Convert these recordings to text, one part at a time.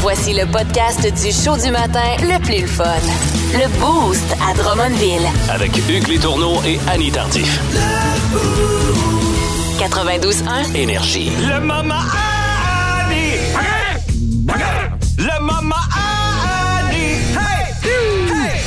Voici le podcast du show du matin le plus le fun. Le Boost à Drummondville. Avec Hugues Létourneau et Annie Tardif. 92.1. Énergie. Le Mama Annie! Le Mama Annie! Hey! Hey!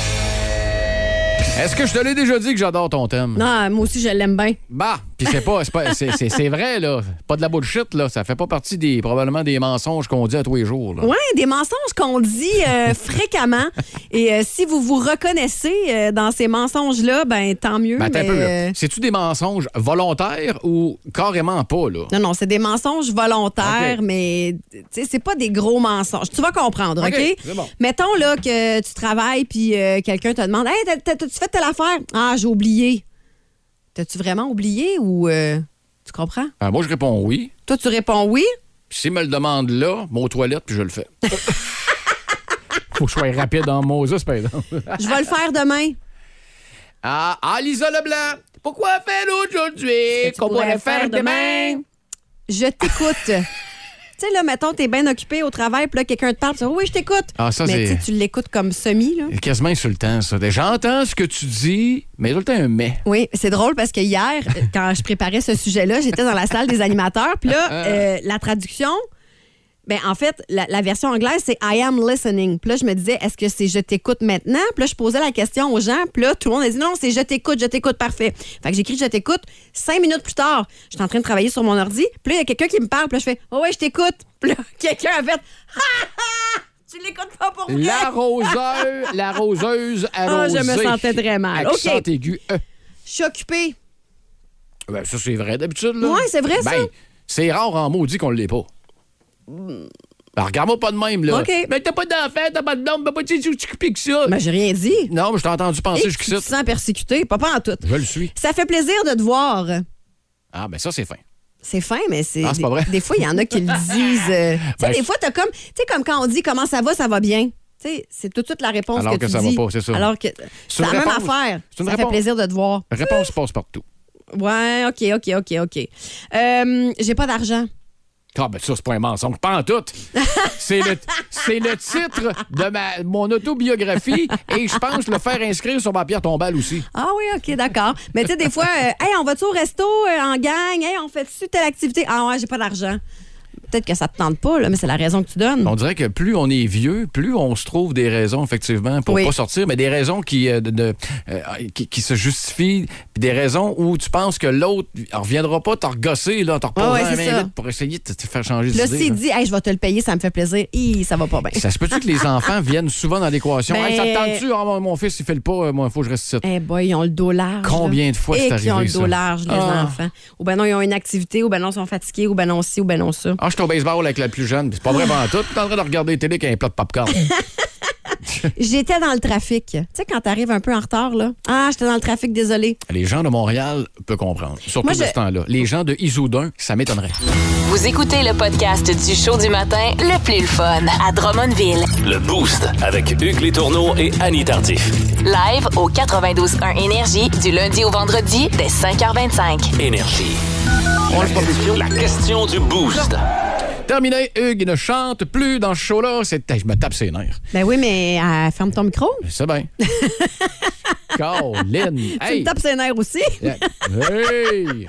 Est-ce que je te l'ai déjà dit que j'adore ton thème? Non, Ah, moi aussi, je l'aime bien. Bah, puis c'est pas, c'est pas- c'est- c'est- c'est vrai là, pas de la bullshit là, ça fait pas partie des probablement des mensonges qu'on dit à tous les jours là. Oui, des mensonges qu'on dit euh, fréquemment. Et euh, si vous vous reconnaissez euh, dans ces mensonges-là, ben tant mieux. Ben, attends un mais, peu, là. euh, C'est-tu des mensonges volontaires ou carrément pas là Non, non, c'est des mensonges volontaires, Ok. mais tu sais, c'est pas des gros mensonges. Tu vas comprendre, OK? Ok, c'est bon. Mettons là que tu travailles puis euh, quelqu'un te demande Hey, t'as- t'as- t'as-tu fait telle affaire? Ah, j'ai oublié. T'as-tu vraiment oublié ou euh, tu comprends? Ah, moi je réponds oui. Toi, tu réponds oui. Puis s'il me le demande là, mon toilette puis je le fais. Faut que je sois rapide dans mon os, par exemple. Je vais le faire demain. Ah, ah, Lisa Leblanc, pourquoi faire aujourd'hui tu qu'on pourrait pourrais faire demain? Je t'écoute. tu sais, là, mettons, t'es bien occupé au travail, puis là, quelqu'un te parle, tu dis, oui, je t'écoute. Ah, ça, Mais c'est- tu sais, tu l'écoutes comme semi, là. C'est quasiment insultant ça. J'entends ce que tu dis, mais tout le temps un mais. Oui, c'est drôle parce que hier, euh, quand je préparais ce sujet-là, j'étais dans la salle des animateurs, puis là, euh, la traduction. Ben, en fait, la, la version anglaise, c'est I am listening. Puis là, je me disais, est-ce que c'est je t'écoute maintenant? Puis là, je posais la question aux gens. Puis là, tout le monde a dit non, c'est je t'écoute, je t'écoute, parfait. Fait que j'écris je t'écoute. Cinq minutes plus tard, j'étais en train de travailler sur mon ordi. Puis là, il y a quelqu'un qui me parle. Puis là, je fais, oh ouais, je t'écoute. Puis là, quelqu'un a fait, ha ha, tu l'écoutes pas pour vrai. L'arroseur, la roseuse arrosée. Ah, je me sentais très mal. Accent OK. aigu. E. Je suis occupée. Ben, ça, c'est vrai d'habitude. là. Ouais, c'est vrai, ça. Ben, c'est rare en maudit qu'on ne l'est pas. Ben, regarde-moi pas de même, là. OK. Mais t'as pas d'enfant, t'as pas de nombre, t'as pas de tu tu que ça. Mais j'ai rien dit. Non, mais je t'ai entendu Et penser tu jusqu'ici. te sens persécuté, pas en tout. Je le suis. Ça fait plaisir de te voir. Ah, ben ça, c'est fin. C'est fin, mais c'est. Ah, c'est pas vrai. Des, des fois, il y en a qui le disent. euh, tu sais, Ben, des je- fois, t'as comme. Tu sais, comme quand on dit comment ça va, ça va bien. Tu sais, c'est tout de suite la réponse Alors que, que tu ça va dis. pas, c'est ça. Alors que. C'est C'est une la même réponse. affaire. C'est Ça une fait réponse. Euh. plaisir de te voir. Réponse passe partout. Ouais, OK, OK, OK, OK. Euh, J'ai pas d'argent. Ah, ben ça, c'est pas un mensonge. Pas en tout. C'est le, c'est le titre de ma, mon autobiographie et je pense le faire inscrire sur ma pierre tombale aussi. Ah oui, OK, d'accord. Mais tu sais, des fois, euh, hey, on va-tu au resto euh, en gang? Hey, on fait-tu telle activité? Ah ouais, j'ai pas d'argent. Peut-être que ça te tente pas, là, mais c'est la raison que tu donnes. On dirait que plus on est vieux, plus on se trouve des raisons, effectivement, pour Oui. pas sortir, mais des raisons qui, euh, de- de- euh, qui, qui se justifient, puis des raisons où tu penses que l'autre ne reviendra pas t'en regosser, là, t'en reposant ouais, c'est 20 ça. minutes pour essayer de te te faire changer Puis là, d'idée. s'il là. dit, hey, je vais te le payer, ça me fait plaisir. Hi, ça va pas bien. Ça se peut-tu que les enfants viennent souvent dans l'équation? Ben- Hey, ça te tente-tu? Ah, mon, mon fils, il fait le pas, euh, moi, il faut que je reste ici. Eh boy, ils ont le dos large. Combien de fois Et c'est qu'ils ont arrivé, le ça? dos large, les Ah. enfants. Ou ben non, ils ont une activité, ou ben non, ils sont fatigués, ou ben non, ci, ou ben non, ça. Ah, je suis au baseball avec la plus jeune. puis C'est pas vrai pendant tout. T'es en train de regarder la télé avec un plat de popcorn. J'étais dans le trafic. Tu sais, quand t'arrives un peu en retard, là. Ah, j'étais dans le trafic, désolé. les gens de Montréal peuvent comprendre. Surtout Moi, de je- ce temps-là. Les gens de Isoudun, ça m'étonnerait. Vous écoutez le podcast du show du matin le plus le fun à Drummondville. Le Boost avec Hugues Létourneau et Annie Tardif. Live au 92.1 Énergie du lundi au vendredi dès 5h25. Énergie. La question du Boost. Terminé, Hugues ne chante plus dans ce show-là. C'est... Hey, Je me tape ses nerfs. Ben oui, mais euh, ferme ton micro. C'est bien. Caroline. Tu Hmm. Hey! me tapes ses nerfs aussi. Hey!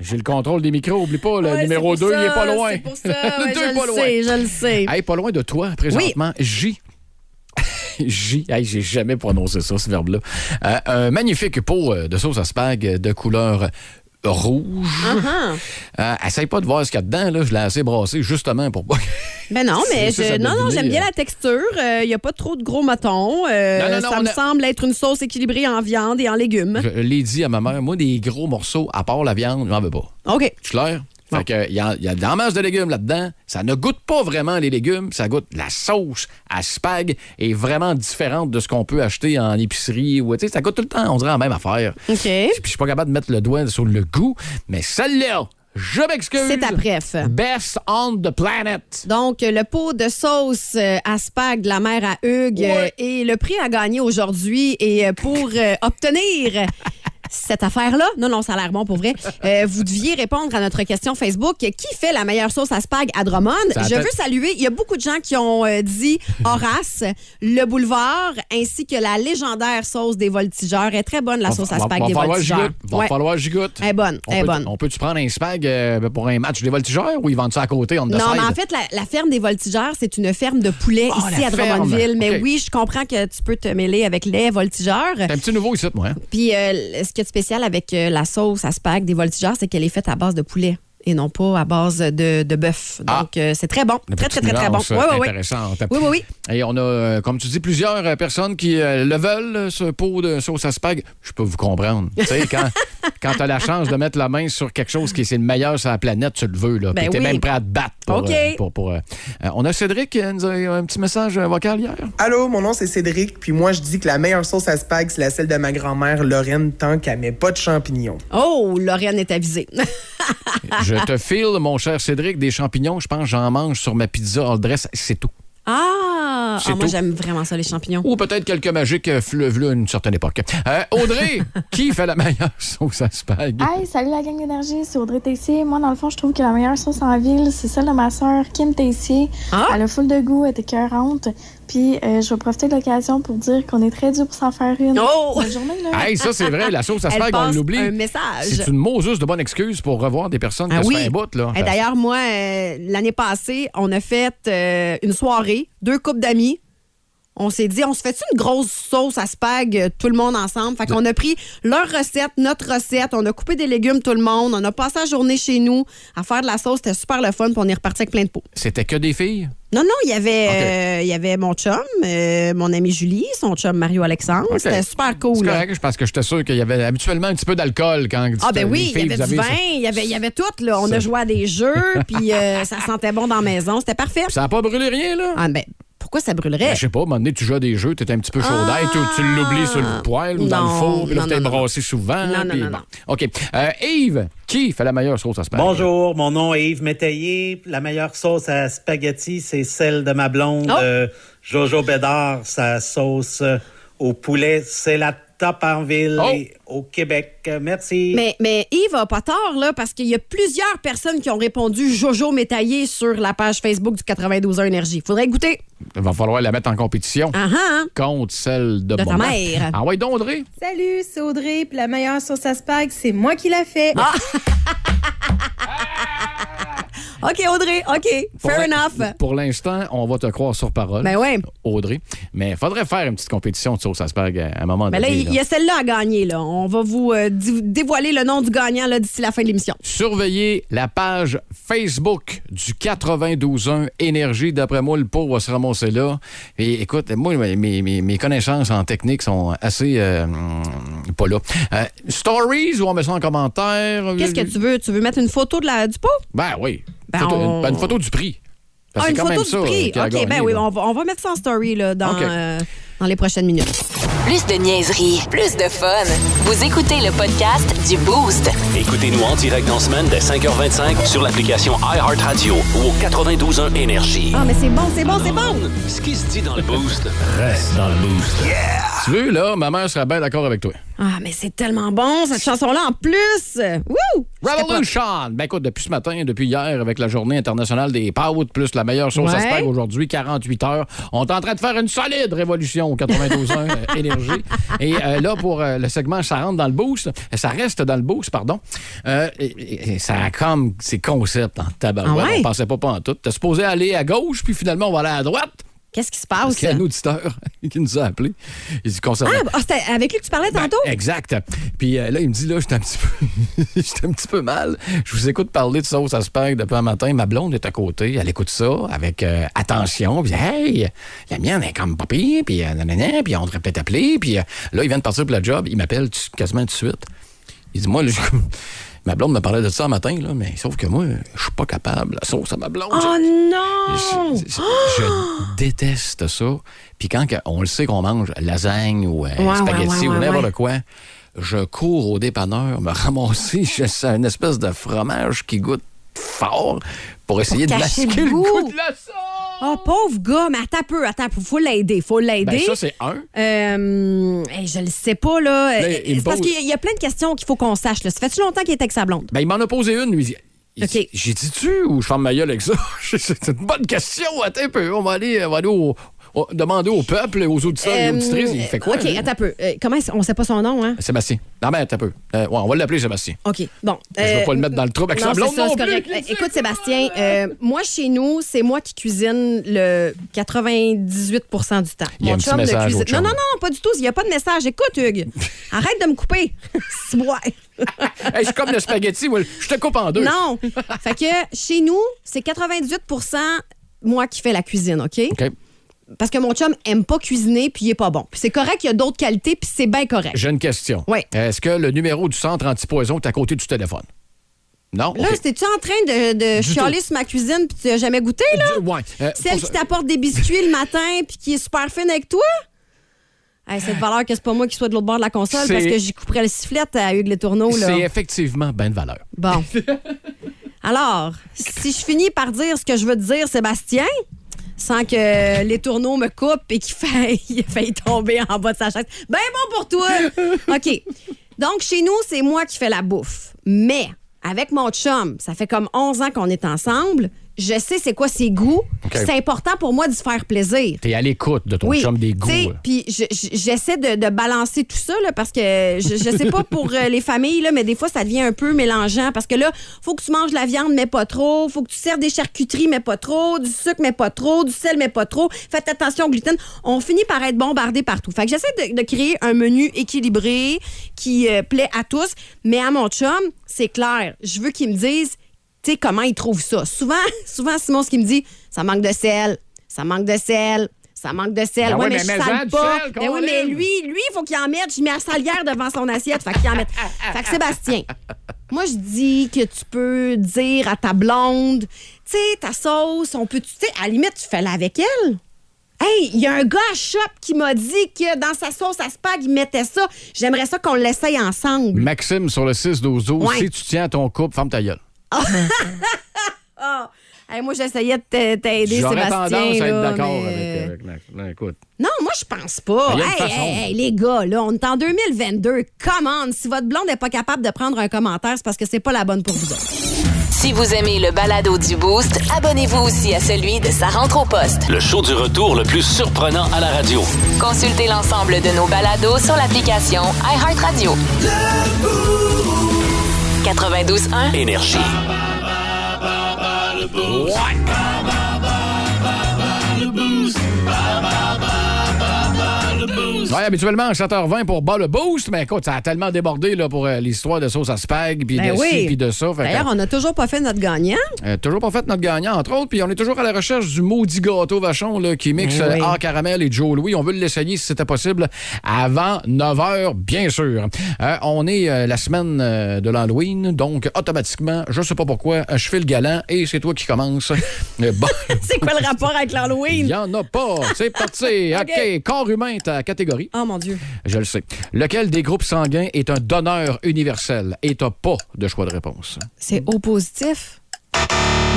J'ai le contrôle des micros, oublie pas, le Ouais, numéro c'est pour 2, il est ça, pas loin. C'est pour ça. ouais, le 2 je est pas le loin. sais, je le sais. Hey, pas loin de toi, présentement, J. J. Hey, j'ai jamais prononcé ça, ce verbe-là. Euh, un magnifique pot euh, de sauce à spag de couleur rouge. Ah, Euh, essaye pas de voir ce qu'il y a dedans, là. Je l'ai assez brassé justement pour pas. Ben non, mais C'est ça, je, ça non, non, deviner, j'aime bien euh. la texture. Il n'y a pas trop de gros motons. Euh, Non, non, non, ça on me a- semble être une sauce équilibrée en viande et en légumes. Je l'ai dit à ma mère, moi, des gros morceaux, à part la viande, j'en veux pas. OK. Tu clair? Fait que, il y a, il y a de la masse de légumes là-dedans. Ça ne goûte pas vraiment les légumes. Ça goûte la sauce à spag est vraiment différente de ce qu'on peut acheter en épicerie. Ou, tu sais, ça goûte tout le temps, on dirait la même affaire. OK. Puis je suis pas capable de mettre le doigt sur le goût, mais celle-là, je m'excuse. C'est ta préf. Best on the planet. Donc, le pot de sauce euh, à spag de la mère à Hugues euh, Ouais. et le prix à gagner aujourd'hui et euh, pour euh, obtenir cette affaire-là, non, non, ça a l'air bon pour vrai, Euh, vous deviez répondre à notre question Facebook. Qui fait la meilleure sauce à spag à Drummond? Ça a Je fait- veux saluer, il y a beaucoup de gens qui ont euh, dit Horace, le boulevard, ainsi que la légendaire sauce des voltigeurs. Elle est très bonne, la sauce à Va- va- spag des Va falloir que j'y voltigeurs. goûte. Va Ouais. falloir que j'y goûte. Elle est bonne, On elle est peut- bonne. On peut-tu prendre un spag euh, ben, pour un match des voltigeurs ou ils vendent ça à côté? On Non, mais en fait, la, la ferme des voltigeurs, c'est une ferme de poulet Ah, ici la à ferme. Drummondville. Mais OK. oui, je comprends que tu peux te mêler avec les voltigeurs. C'est un petit nouveau ici, moi. hein? Puis, euh, ce qui est spécial avec euh, la sauce à spag des voltigeurs, c'est qu'elle est faite à base de poulet et non pas à base de, de bœuf. Ah. Donc, euh, c'est très bon. Une Très, très, petite très, très bon. nuance, Oui, euh, oui, oui. intéressante. Oui, oui, oui. Et on a, euh, comme tu dis, plusieurs euh, personnes qui euh, le veulent, euh, ce pot de sauce à spag. Je peux vous comprendre. tu sais, quand, quand tu as la chance de mettre la main sur quelque chose qui est c'est le meilleur sur la planète, tu le veux. Là. Ben Puis t'es oui. même prêt à te battre. Pour, OK. euh, pour, pour, euh, euh, on a Cédric qui nous a eu un petit message euh, vocal hier. Allô, mon nom c'est Cédric, puis moi je dis que la meilleure sauce à spag, c'est la celle de ma grand-mère Lorraine, tant qu'elle met pas de champignons. Oh, Lorraine est avisée. Ah. Je te file, mon cher Cédric, des champignons. Je pense que j'en mange sur ma pizza all dress. C'est tout. ah, C'est Ah, moi, tout. j'aime vraiment ça, les champignons. Ou peut-être quelques magiques euh, fleu- v'là une certaine époque. Euh, Audrey, qui fait la meilleure sauce à spag? Hey, salut la gang d'énergie, c'est Audrey Tessier. Moi, dans le fond, je trouve que la meilleure sauce en ville, c'est celle de ma sœur Kim Tessier. Ah! Elle a full de goût, elle est écœurante. Puis, euh, je vais profiter de l'occasion pour dire qu'on est très dû pour s'en faire une. Oh! Bonne journée, là! Hey, ça, c'est vrai, la sauce à Elle spag, on passe l'oublie. un message. C'est une Moses de bonne excuse pour revoir des personnes qui Ah se oui. fait un bout, là. Eh, D'ailleurs, moi, euh, l'année passée, on a fait euh, une soirée, deux couples d'amis. On s'est dit, on se fait une grosse sauce à spag, euh, tout le monde ensemble. Fait qu'on a pris leur recette, notre recette, on a coupé des légumes, tout le monde. On a passé la journée chez nous à faire de la sauce. C'était super le fun, puis on est reparti avec plein de pots. C'était que des filles. Non, non, il y avait, OK. euh, il y avait mon chum, euh, mon ami Julie, son chum Mario-Alexandre. OK. C'était super C'est cool. là. correct, parce que j'étais sûr qu'il y avait habituellement un petit peu d'alcool quand Ah ben oui, les filles, il y vous avait du avez- vin, il y avait, il y avait tout. Là. On Ça- a joué à des jeux, puis euh, ça sentait bon dans la maison. C'était parfait. Ça n'a pas brûlé rien, là? Ah, ben, pourquoi ça Ben, brûlerait? je sais pas, à un moment donné, tu joues à des jeux, t'es un petit peu chaud Ah! d'ail, tu, tu l'oublies sur le poêle ou dans le Non, four, puis là, non, t'es non, non. brassé souvent. Non, non, puis non, bon. non. OK. Euh, Yves, qui fait la meilleure sauce à spag? Bonjour, mon nom est Yves Métayer. La meilleure sauce à spaghetti, c'est celle de ma blonde Oh. euh, Jojo Bédard. Sa sauce euh, au poulet, c'est la top en ville Oh. et au Québec. Euh, Merci. Mais, mais Yves a pas tort, là, parce qu'il y a plusieurs personnes qui ont répondu Jojo Métaillé sur la page Facebook du 92 Énergie. Faudrait goûter. Il va falloir la mettre en compétition Ah, ah, contre celle de, De ta maman. mère. Ah ouais, donc, Audrey? Salut, c'est Audrey, puis la meilleure sauce à spag, c'est moi qui l'a fait. ah. OK, Audrey, OK. Pour Fair l'in- enough. Pour l'instant, on va te croire sur parole. Ben ouais. Audrey. Mais il faudrait faire une petite compétition de sauce à spag à à un moment Mais Ben là, donné. il ben, là. il y a celle-là à gagner, là. On va vous euh, di- dévoiler le nom du gagnant, là, d'ici la fin de l'émission. Mm-hmm. Surveillez la page Facebook du 92.1 Énergie. D'après moi, le pot va se ramasser là. Et écoute, moi, mes, mes- mes connaissances en technique sont assez... euh, mm, pas là. Euh, stories, ou on met ça en commentaire. Qu'est-ce que tu veux? Tu veux mettre une photo de la, du pot? Ben oui. Ben, Photo- on- une, ben, une photo du prix. Parce Ah, que c'est une quand photo même du ça, prix. euh, OK, qui a gagné, ben oui, là. on va, on va mettre ça en story, là, dans, OK. euh, dans les prochaines minutes. Plus de niaiserie, plus de fun. Vous écoutez le podcast du Boost. Écoutez-nous en direct en semaine dès 5h25 sur l'application iHeartRadio ou au 92.1 Énergie. Ah, mais c'est bon, c'est bon, c'est bon! Ce qui se dit dans le boost reste dans le boost. Tu veux, là, ma mère serait bien d'accord avec toi. Ah, mais c'est tellement bon, cette chanson-là, en plus! Euh, Wouh! Revolution! Ben écoute, depuis ce matin, depuis hier, avec la journée internationale des pâtes, plus la meilleure sauce à Ouais. spag aujourd'hui, 48 heures, on est en train de faire une solide révolution au 92 1 énergie. Et euh, là, pour euh, le segment, ça rentre dans le boost, ça reste dans le boost, pardon. Euh, et- et- et ça a comme ses concepts en tabarouette. Ah ouais? On pensait pas, pas en tout. T'es supposé aller à gauche, puis finalement, on va aller à droite. Qu'est-ce qui se Parce passe? qu'il y a un auditeur qui nous a appelé. Il dit qu'on s'en Ah, va- ah, c'était avec lui que tu parlais ben, tantôt? exact. Puis euh, là, il me dit, là, j'étais un petit peu, j'étais un petit peu mal. Je vous écoute parler de sauce à spag depuis un matin. Ma blonde est à côté. Elle écoute ça avec euh, attention. Puis, hey, la mienne est comme pas pire. Puis, euh, nanana, puis on devrait peut-être appeler. Puis euh, là, il vient de partir pour la job. Il m'appelle tu- quasiment tout de suite. Il dit, moi, là, je- ma blonde me parlait de ça un matin, là, mais sauf que moi, je suis pas capable. La sauce à ma blonde. oh non! Je, je- je déteste ça. Puis quand que- on le sait qu'on mange lasagne ou euh, ouais, spaghetti ouais, ouais, ou n'importe ouais. quoi, je cours au dépanneur me ramasser je sais, une espèce de fromage qui goûte fort pour essayer de cacher masquer le le goût goût. de la sauce. Oh, pauvre gars, mais attends un peu, attends, un peu, faut l'aider, faut Ben, l'aider. ça, c'est un. Euh, hey, je le sais pas, là. Là, Euh, il me c'est parce pose- qu'il y a- il y a plein de questions qu'il faut qu'on sache. Là. Ça fait-tu longtemps qu'il était avec sa blonde? Ben, il m'en a posé une, lui. Il dit, OK. J'ai dit tu ou je ferme ma gueule avec ça? c'est une bonne question. Attends un peu. On va aller, on va aller au- au- demander au peuple, aux auditeurs et aux auditrices. Il fait quoi? Euh, OK, lui? attends un peu. Euh, comment est-ce- on sait pas son nom, hein? Sébastien. Non, mais attends un peu. Euh, ouais, on va l'appeler Sébastien. OK, bon. Ben, euh, Je veux pas le mettre dans le trouble avec sa non, blonde c'est ça, non c'est plus. correct. Euh, Écoute, Sébastien, euh, moi, chez nous, c'est moi qui cuisine le 98 du temps. Il y a un petit de message au cuisine. chum. Non, non, non, pas du tout. Il n'y a pas de message. Écoute, Hugues, arrête de me couper. C'est moi. Hey, je suis comme le spaghetti. moi, Je te coupe en deux. Non. Fait que chez nous, c'est 98 moi qui fais la cuisine, OK? OK. Parce que mon chum aime pas cuisiner puis il est pas bon. Puis c'est correct, il y a d'autres qualités puis c'est bien correct. J'ai une question. Ouais. Est-ce que le numéro du centre antipoison est à côté du téléphone? Non? Là, OK. t'es-tu en train de, de Du chialer sur ma cuisine puis tu as jamais goûté, là? Du- ouais. Euh, Celle pour- qui t'apporte des biscuits le matin puis qui est super fine avec toi? Hey, c'est de valeur que c'est pas moi qui sois de l'autre bord de la console C'est- parce que j'y couperais le sifflet à Hugues Le Tourneau, là. C'est effectivement ben de valeur. Bon. Alors, si je finis par dire ce que je veux te dire, Sébastien, sans que les tourneaux me coupent et qu'il faille, il a failli tomber en bas de sa chaise, ben bon pour toi! OK. Donc, chez nous, c'est moi qui fais la bouffe. Mais, avec mon chum, ça fait comme 11 ans qu'on est ensemble, je sais c'est quoi ses goûts. OK. C'est important pour moi d'y faire plaisir. T'es à l'écoute de ton chum des goûts. euh. t'sais, là. Puis je- je- j'essaie de, de balancer tout ça là, parce que je, je sais pas pour euh, les familles, là, mais des fois ça devient un peu mélangeant parce que là, faut que tu manges de la viande, mais pas trop. Faut que tu serves des charcuteries, mais pas trop. Du sucre, mais pas trop. Du sel, mais pas trop. Faites attention au gluten. On finit par être bombardé partout. Fait que j'essaie de, de créer un menu équilibré qui euh, plaît à tous. Mais à mon chum, c'est clair. Je veux qu'il me dise tu sais, comment ils trouvent ça. Souvent, souvent Simon, ce qu'il me dit, ça manque de sel, ça manque de sel, ça manque de sel. Ben ouais, oui, mais, mais je mets-en sale du pas. sel, Ben oui, mais Colin. lui, lui, il faut qu'il en mette. Je mets la salière devant son assiette, fait qu'il en mette. Fait que Sébastien, moi, je dis que tu peux dire à ta blonde, tu sais, ta sauce, on peut, tu sais, à la limite, tu fais la avec elle. Hey, il y a un gars à shop qui m'a dit que dans sa sauce à spag, il mettait ça. J'aimerais ça qu'on l'essaye ensemble. Maxime sur le 6-12-12, Ouais. si tu tiens à ton couple, ferme ta gueule. Hey, moi, j'essayais de t'a- t'aider, J'aurais Sébastien. tendance à être là, d'accord mais- avec, avec- avec- Écoute. Non, moi, je pense pas. Il y a une Hey, façon. hey, hey, les gars, là, on est en 2022. Commande. Si votre blonde n'est pas capable de prendre un commentaire, c'est parce que c'est pas la bonne pour vous autres. Si vous aimez le balado du Boost, abonnez-vous aussi à celui de Sa rentre au poste. Le show du retour le plus surprenant à la radio. Consultez l'ensemble de nos balados sur l'application iHeartRadio. 92.1, Énergie. Ouais, habituellement, 7h20 pour bas le boost, mais écoute, ça a tellement débordé là, pour euh, l'histoire de sauce à spag, puis Ben de oui. ci, puis de ça. Fait que, D'ailleurs, on n'a toujours pas fait notre gagnant. euh, toujours pas fait notre gagnant, entre autres, puis on est toujours à la recherche du maudit gâteau vachon là, qui mixe Ben oui. euh, A Caramel et Joe Louis. On veut l'essayer si c'était possible avant 9h, bien sûr. Euh, on est euh, la semaine euh, de l'Halloween, donc automatiquement, je sais pas pourquoi, euh, je fais le galant et c'est toi qui commence. Euh, bon. C'est quoi le rapport avec Il l'Halloween? n'y en a pas. C'est parti. OK. Corps humain, ta catégorie. Oh mon Dieu. Je le sais. Lequel des groupes sanguins est un donneur universel et t'as pas de choix de réponse? C'est O positif?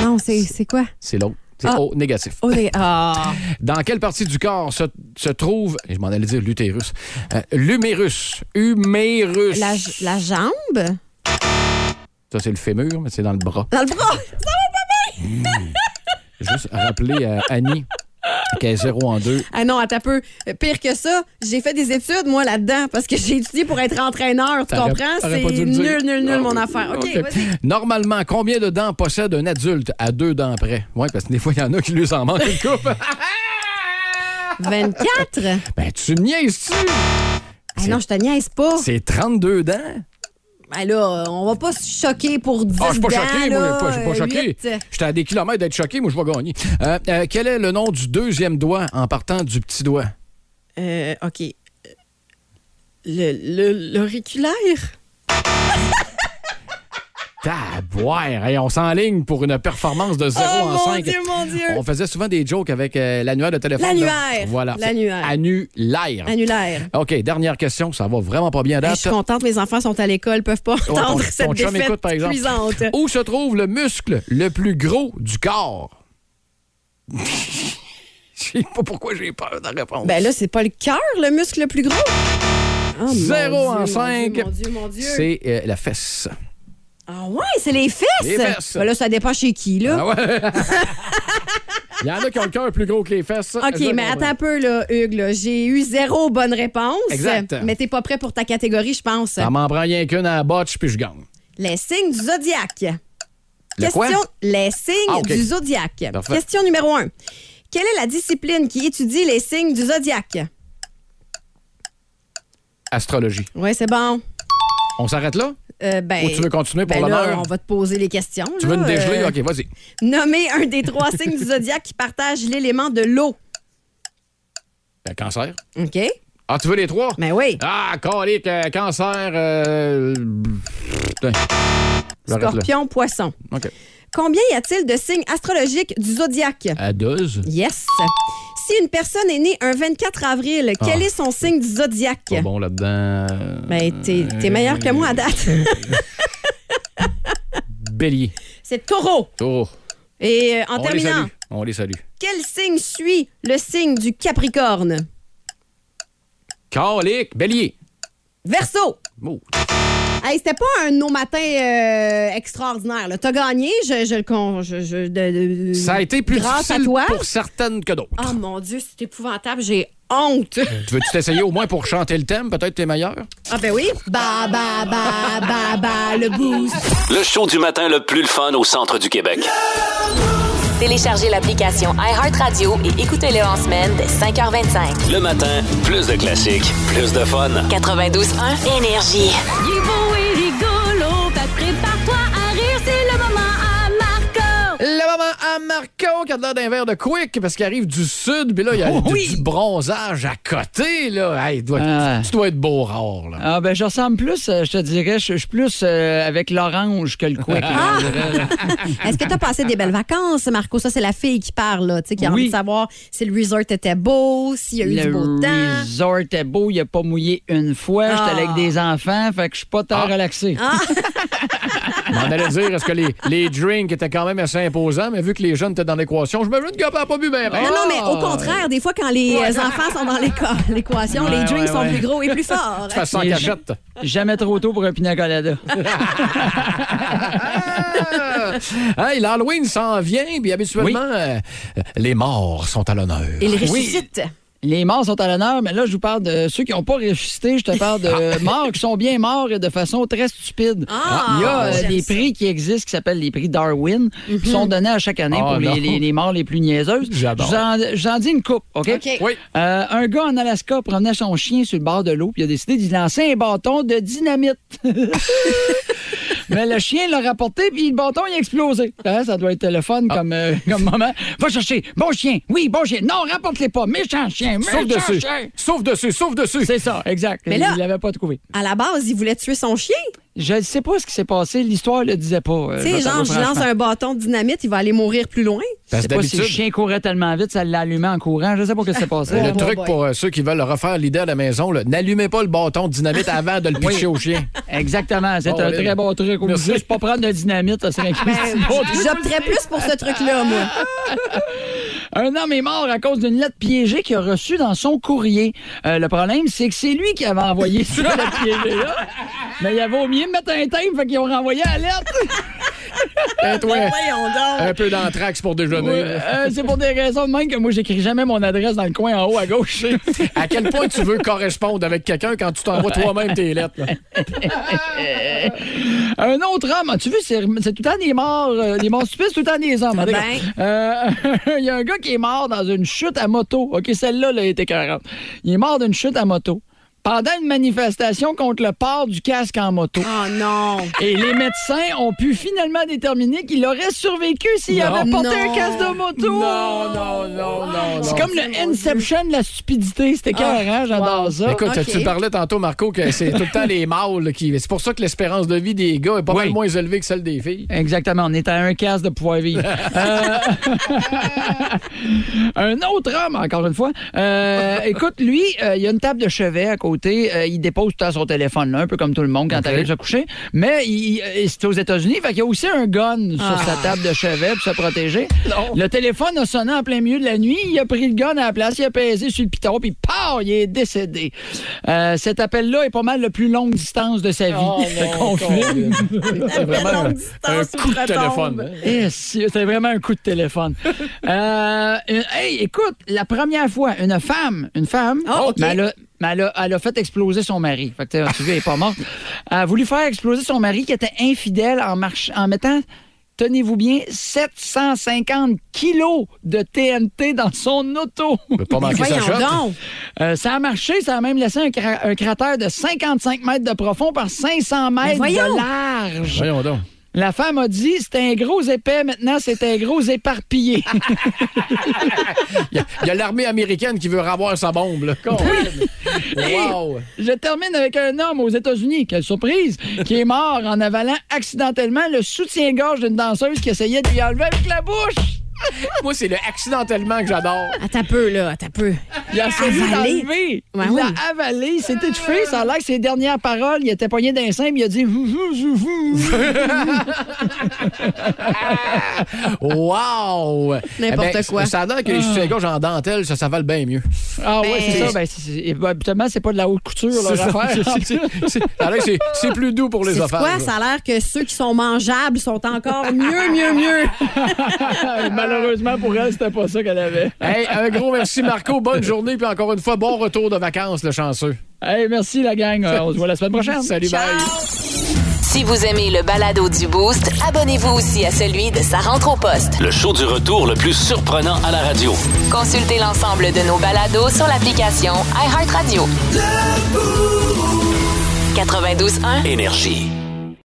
Non, c'est c'est quoi? C'est l'autre. C'est Ah. O négatif. O négatif. Ah. Dans quelle partie du corps se, se trouve, je m'en allais dire l'utérus, Euh, l'humérus, humérus. La, j- la jambe? Ça, c'est le fémur, mais c'est dans le bras. Dans le bras! Juste rappeler à Annie qu'elle est 0 en 2. Ah non, attends un peu. Pire que ça, j'ai fait des études, moi, là-dedans, parce que j'ai étudié pour être entraîneur, tu T'aurais- comprends? t'aurais C'est pas dû le nul, dire. nul, nul, Ah, mon oui, affaire. OK, ok. vas-y. Normalement, combien de dents possède un adulte à deux dents près? Oui, parce que des fois, il y en a qui lui en manquent une coupe. 24? Ah Ben, tu niaises-tu? non, je te niaise pas. C'est 32 dents? Ben là, on va pas se choquer pour 10 Ah, je suis pas choqué, dents, moi. là, pas- Je suis pas euh, choqué. huit. J'étais à des kilomètres d'être choqué, moi, je vais gagner. Euh, euh, quel est le nom du deuxième doigt en partant du petit doigt? Euh, OK. Le- le- L'auriculaire? Taboire! Hey, on s'enligne pour une performance de 0 Oh, en mon 5. Dieu, mon Dieu. On faisait souvent des jokes avec euh, l'annuaire de téléphone. là. L'annuaire. Voilà. L'annuaire. Annulaire. Annulaire. OK, dernière question. Ça va vraiment pas bien à Hey, date. je suis contente, mes enfants sont à l'école, peuvent pas Ouais, entendre cette chum défaite écoute, cuisante. Où se trouve le muscle le plus gros du corps? Je sais pas pourquoi j'ai peur de la réponse. Ben là, c'est pas le cœur, le muscle le plus gros. Ah, mon Zéro Dieu, en mon cinq. Dieu, Mon Dieu, mon Dieu. C'est euh, la fesse. Ah ouais, c'est les fesses. Les fesses. Ben là, ça dépend chez qui, Ah là. ouais? Il y en a qui ont le cœur plus gros que les fesses. Je ben. OK, mais comprends. attends un peu, là, Hugues. là. J'ai eu zéro bonne réponse. Exact. Ah, Mais t'es pas prêt pour ta catégorie, je pense. Ça m'en prend rien qu'une à la botche, puis je gagne. Les signes du zodiaque. Le quoi? Les signes Ah, ok. du zodiaque. Parfait. Question numéro un. Quelle est la discipline qui étudie les signes du zodiaque? Astrologie. Oui, c'est bon. On s'arrête là? Euh, ben, Ou tu veux continuer pour ben là, l'honneur? On va te poser les questions. Tu veux là. une dégeler? Euh, OK, vas-y. Nommer un des trois signes du zodiaque qui partage l'élément de l'eau. Le cancer. OK? Ah, tu veux les trois? Ben oui. Ah, colique, euh, cancer, euh... putain. J'arrête là. Scorpion, poisson. ben, OK. Combien y a-t-il de signes astrologiques du zodiaque? À 12. Yes. Si une personne est née un 24 avril, quel Ah. est son signe du zodiaque? Pas bon là-dedans. Euh, Ben, t'es t'es meilleur que moi à date. Bélier. C'est taureau. Taureau. Et euh, en On les terminant, salue. On les salue. quel signe suit le signe du Capricorne? Colique, bélier. Verseau. Oh. Hey, c'était pas un nos matin euh, extraordinaire. là. T'as gagné, je, je le con. Je, je- de- de- Ça a été plus grâce à difficile toi. pour certaines que d'autres. Oh mon Dieu, c'est épouvantable, j'ai honte. Tu veux-tu t'essayer au moins pour chanter le thème? Peut-être t'es meilleur? ah ben oui. Ba ba ba ba ba le boost. Le show du matin le plus le fun au centre du Québec. Téléchargez l'application iHeartRadio et écoutez-le en semaine dès 5h25. Le matin, plus de classiques, plus de fun. 92.1 Énergie. Il est beau et rigolo, fait que prépare-toi à rire, c'est le moment à Marco. Le maman à Marco qui a de l'air d'un verre de quick parce qu'il arrive du sud, puis là, il y a du- du, bronzage à côté. Là. Hey, doit- Ah. Tu dois être beau rare. Là. Ah, ben, je ressemble plus, euh, je te dirais, je je suis plus euh, avec l'orange que le quick. là, je dirais, là. Est-ce que t'as passé des belles vacances, Marco? Ça, c'est la fille qui parle, là, tu sais, qui a Oui. envie de savoir si le resort était beau, s'il y a eu du beau Le temps. resort était beau, il a pas mouillé une fois. Ah. J'étais avec des enfants, fait que je suis pas tant relaxé. On allait dire, est-ce que les, les drinks étaient quand même assez imposants, mais vu que les jeunes étaient dans l'équation, je me dis qu'on n'a pas bu ben, bien. Ah. Non, non, mais au Ah. contraire, des fois, quand les euh, enfants sont dans l'éco- l'équation, les Ouais, drinks ouais, sont ouais. plus gros et plus forts. Tu fais ça en Les- cachette. Jamais trop tôt pour un pina colada. hey, L'Halloween s'en vient, puis habituellement, euh, euh, les morts sont à l'honneur. Ils ressuscitent. Les morts sont à l'honneur, mais là, je vous parle de ceux qui n'ont pas ressuscité. Je te parle de morts qui sont bien morts et de façon très stupide. Ah, Il y a euh, j'aime des ça. prix qui existent qui s'appellent les prix Darwin, qui sont donnés à chaque année Ah, pour non. les, les- les morts les plus niaiseuses. J'adore. Je vous en- Je vous en dis une coupe, OK? OK. Oui. Euh, un gars en Alaska promenait son chien sur le bord de l'eau, puis il a décidé d'y lancer un bâton de dynamite. Mais le chien l'a rapporté, puis le bâton, il a explosé. Hein, ça doit être le fun comme, euh, comme moment. Va chercher. Bon chien. Oui, bon chien. Non, rapporte-les pas. Méchant chien. Sauf Méchant dessus. chien. Sauf dessus, sauf dessus. C'est ça, exact. Mais là- il l'avait pas trouvé. À la base, il voulait tuer son chien. Je ne sais pas ce qui s'est passé. L'histoire le disait pas. euh, Tu je sais, vais genre, t'avouer je lance franchement. un bâton de dynamite, il va aller mourir plus loin. Je Parce sais pas si d'habitude, le chien Oh, courait tellement vite, ça l'allumait en courant. Je sais pas ce qui s'est passé. le bon, truc boy. pour euh, ceux qui veulent refaire l'idée à la maison, là, n'allumez pas le bâton de dynamite avant de le pitcher au chien. Exactement. C'est Bon, un Lynn. très bon truc. Au Merci. juste pas prendre de dynamite, ça serait Ben, incroyable. J'opterais plus pour ce truc-là, moi. Un homme est mort à cause d'une lettre piégée qu'il a reçue dans son courrier. Euh, le problème, c'est que c'est lui qui avait envoyé cette lettre piégée-là. Mais il avait au mieux de mettre un thème, fait qu'ils ont renvoyé la lettre. Eh, Et toi, Voyons donc. un peu d'anthrax pour déjeuner. Euh, c'est pour des raisons de même que moi, j'écris jamais mon adresse dans le coin en haut à gauche. À quel point tu veux correspondre avec quelqu'un quand tu t'envoies toi-même tes lettres? là? Un autre homme, as-tu vu, c'est c'est tout le temps des morts, euh, des morts stupides, c'est tout le temps des hommes. hein, Ben. d'accord. Euh, il y a un gars qui est mort dans une chute à moto. OK, celle-là, là, elle était 40. Il est mort d'une chute à moto pendant une manifestation contre le port du casque en moto. Oh non. Et les médecins ont pu finalement déterminer qu'il aurait survécu s'il Non. avait porté Non. un casque de moto. Non, non, non, non, Ah, C'est comme le Inception de la stupidité. C'était carré, hein? J'adore ça. Écoute, tu parles parlais tantôt, Marco, que c'est tout le temps les mâles qui. C'est pour ça que l'espérance de vie des gars est pas mal moins élevée que celle des filles. Exactement, on est à un casse de pouvoir vivre. Euh, un autre homme, encore une fois. Euh, écoute, lui, euh, il y a une table de chevet à côté. Euh, il dépose tout à son téléphone, là, un peu comme tout le monde quand t'arrives à coucher. Mais il, il- c'est aux États-Unis, fait qu'il y a aussi un gun Ah. sur sa table de chevet pour se protéger. Le téléphone a sonné en plein milieu de la nuit. Il a pris le gun à la place, il a pesé sur le piton, puis pow, il est décédé. Euh, cet appel-là est pas mal la plus longue distance de sa vie. Je confirme. C'est vraiment un, un coup de Retombe. téléphone. hein. Eh, si, C'était vraiment un coup de téléphone. Euh, une- hey, écoute, la première fois, une femme, une femme, mais elle, a, mais elle a- elle a fait exploser son mari. Fait que, tu vois, elle est pas morte. Elle a voulu faire exploser son mari qui était infidèle en, march- en mettant, tenez-vous bien, 750 kilos de TNT dans son auto. pas manquer Mais sa voyons shot. donc. Euh, ça a marché, ça a même laissé un, cra- un cratère de 55 mètres de profond par 500 mètres voyons. de large. Voyons donc. La femme a dit, c'était un gros épais, maintenant c'est un gros éparpillé. Il y a- il y a l'armée américaine qui veut revoir sa bombe. Là. Con. Et Wow. Je termine avec un homme aux États-Unis, quelle surprise, qui est mort en avalant accidentellement le soutien-gorge d'une danseuse qui essayait de lui enlever avec la bouche. Moi, c'est le accidentellement que j'adore. Attends peu, là, attends peu. Il a essayé Avalé. d'enlever. Ben Ouais, il oui. l'a avalé, il s'est étouffé. Ça a l'air que ses dernières paroles, il était poigné d'un sein, puis il a dit... Hum, hum, hum, hum. Wow! N'importe Eh ben, quoi. Ça a l'air que les Ah. soutiens-gorge en dentelle, ça, ça vale bien mieux. ah ouais, c'est Ben- ça. Ben, c'est- c'est- ben, habituellement, c'est pas de la haute couture, leur ça. affaire. C'est- c'est- c'est- ça a l'air que c'est- C'est plus doux pour les C'est affaires. quoi? Ça a l'air que ceux qui sont mangeables sont encore mieux, mieux, mieux. Malheureusement pour elle, c'était pas ça qu'elle avait. Hey, un gros merci, Marco. Bonne journée. Puis encore une fois, bon retour de vacances, le chanceux. Hey, merci la gang. Euh, on se voit la semaine prochaine. Salut, bye. Si vous aimez le balado du Boost, abonnez-vous aussi à celui de sa rentre au poste. Le show du retour le plus surprenant à la radio. Consultez l'ensemble de nos balados sur l'application iHeartRadio. 92.1 Énergie.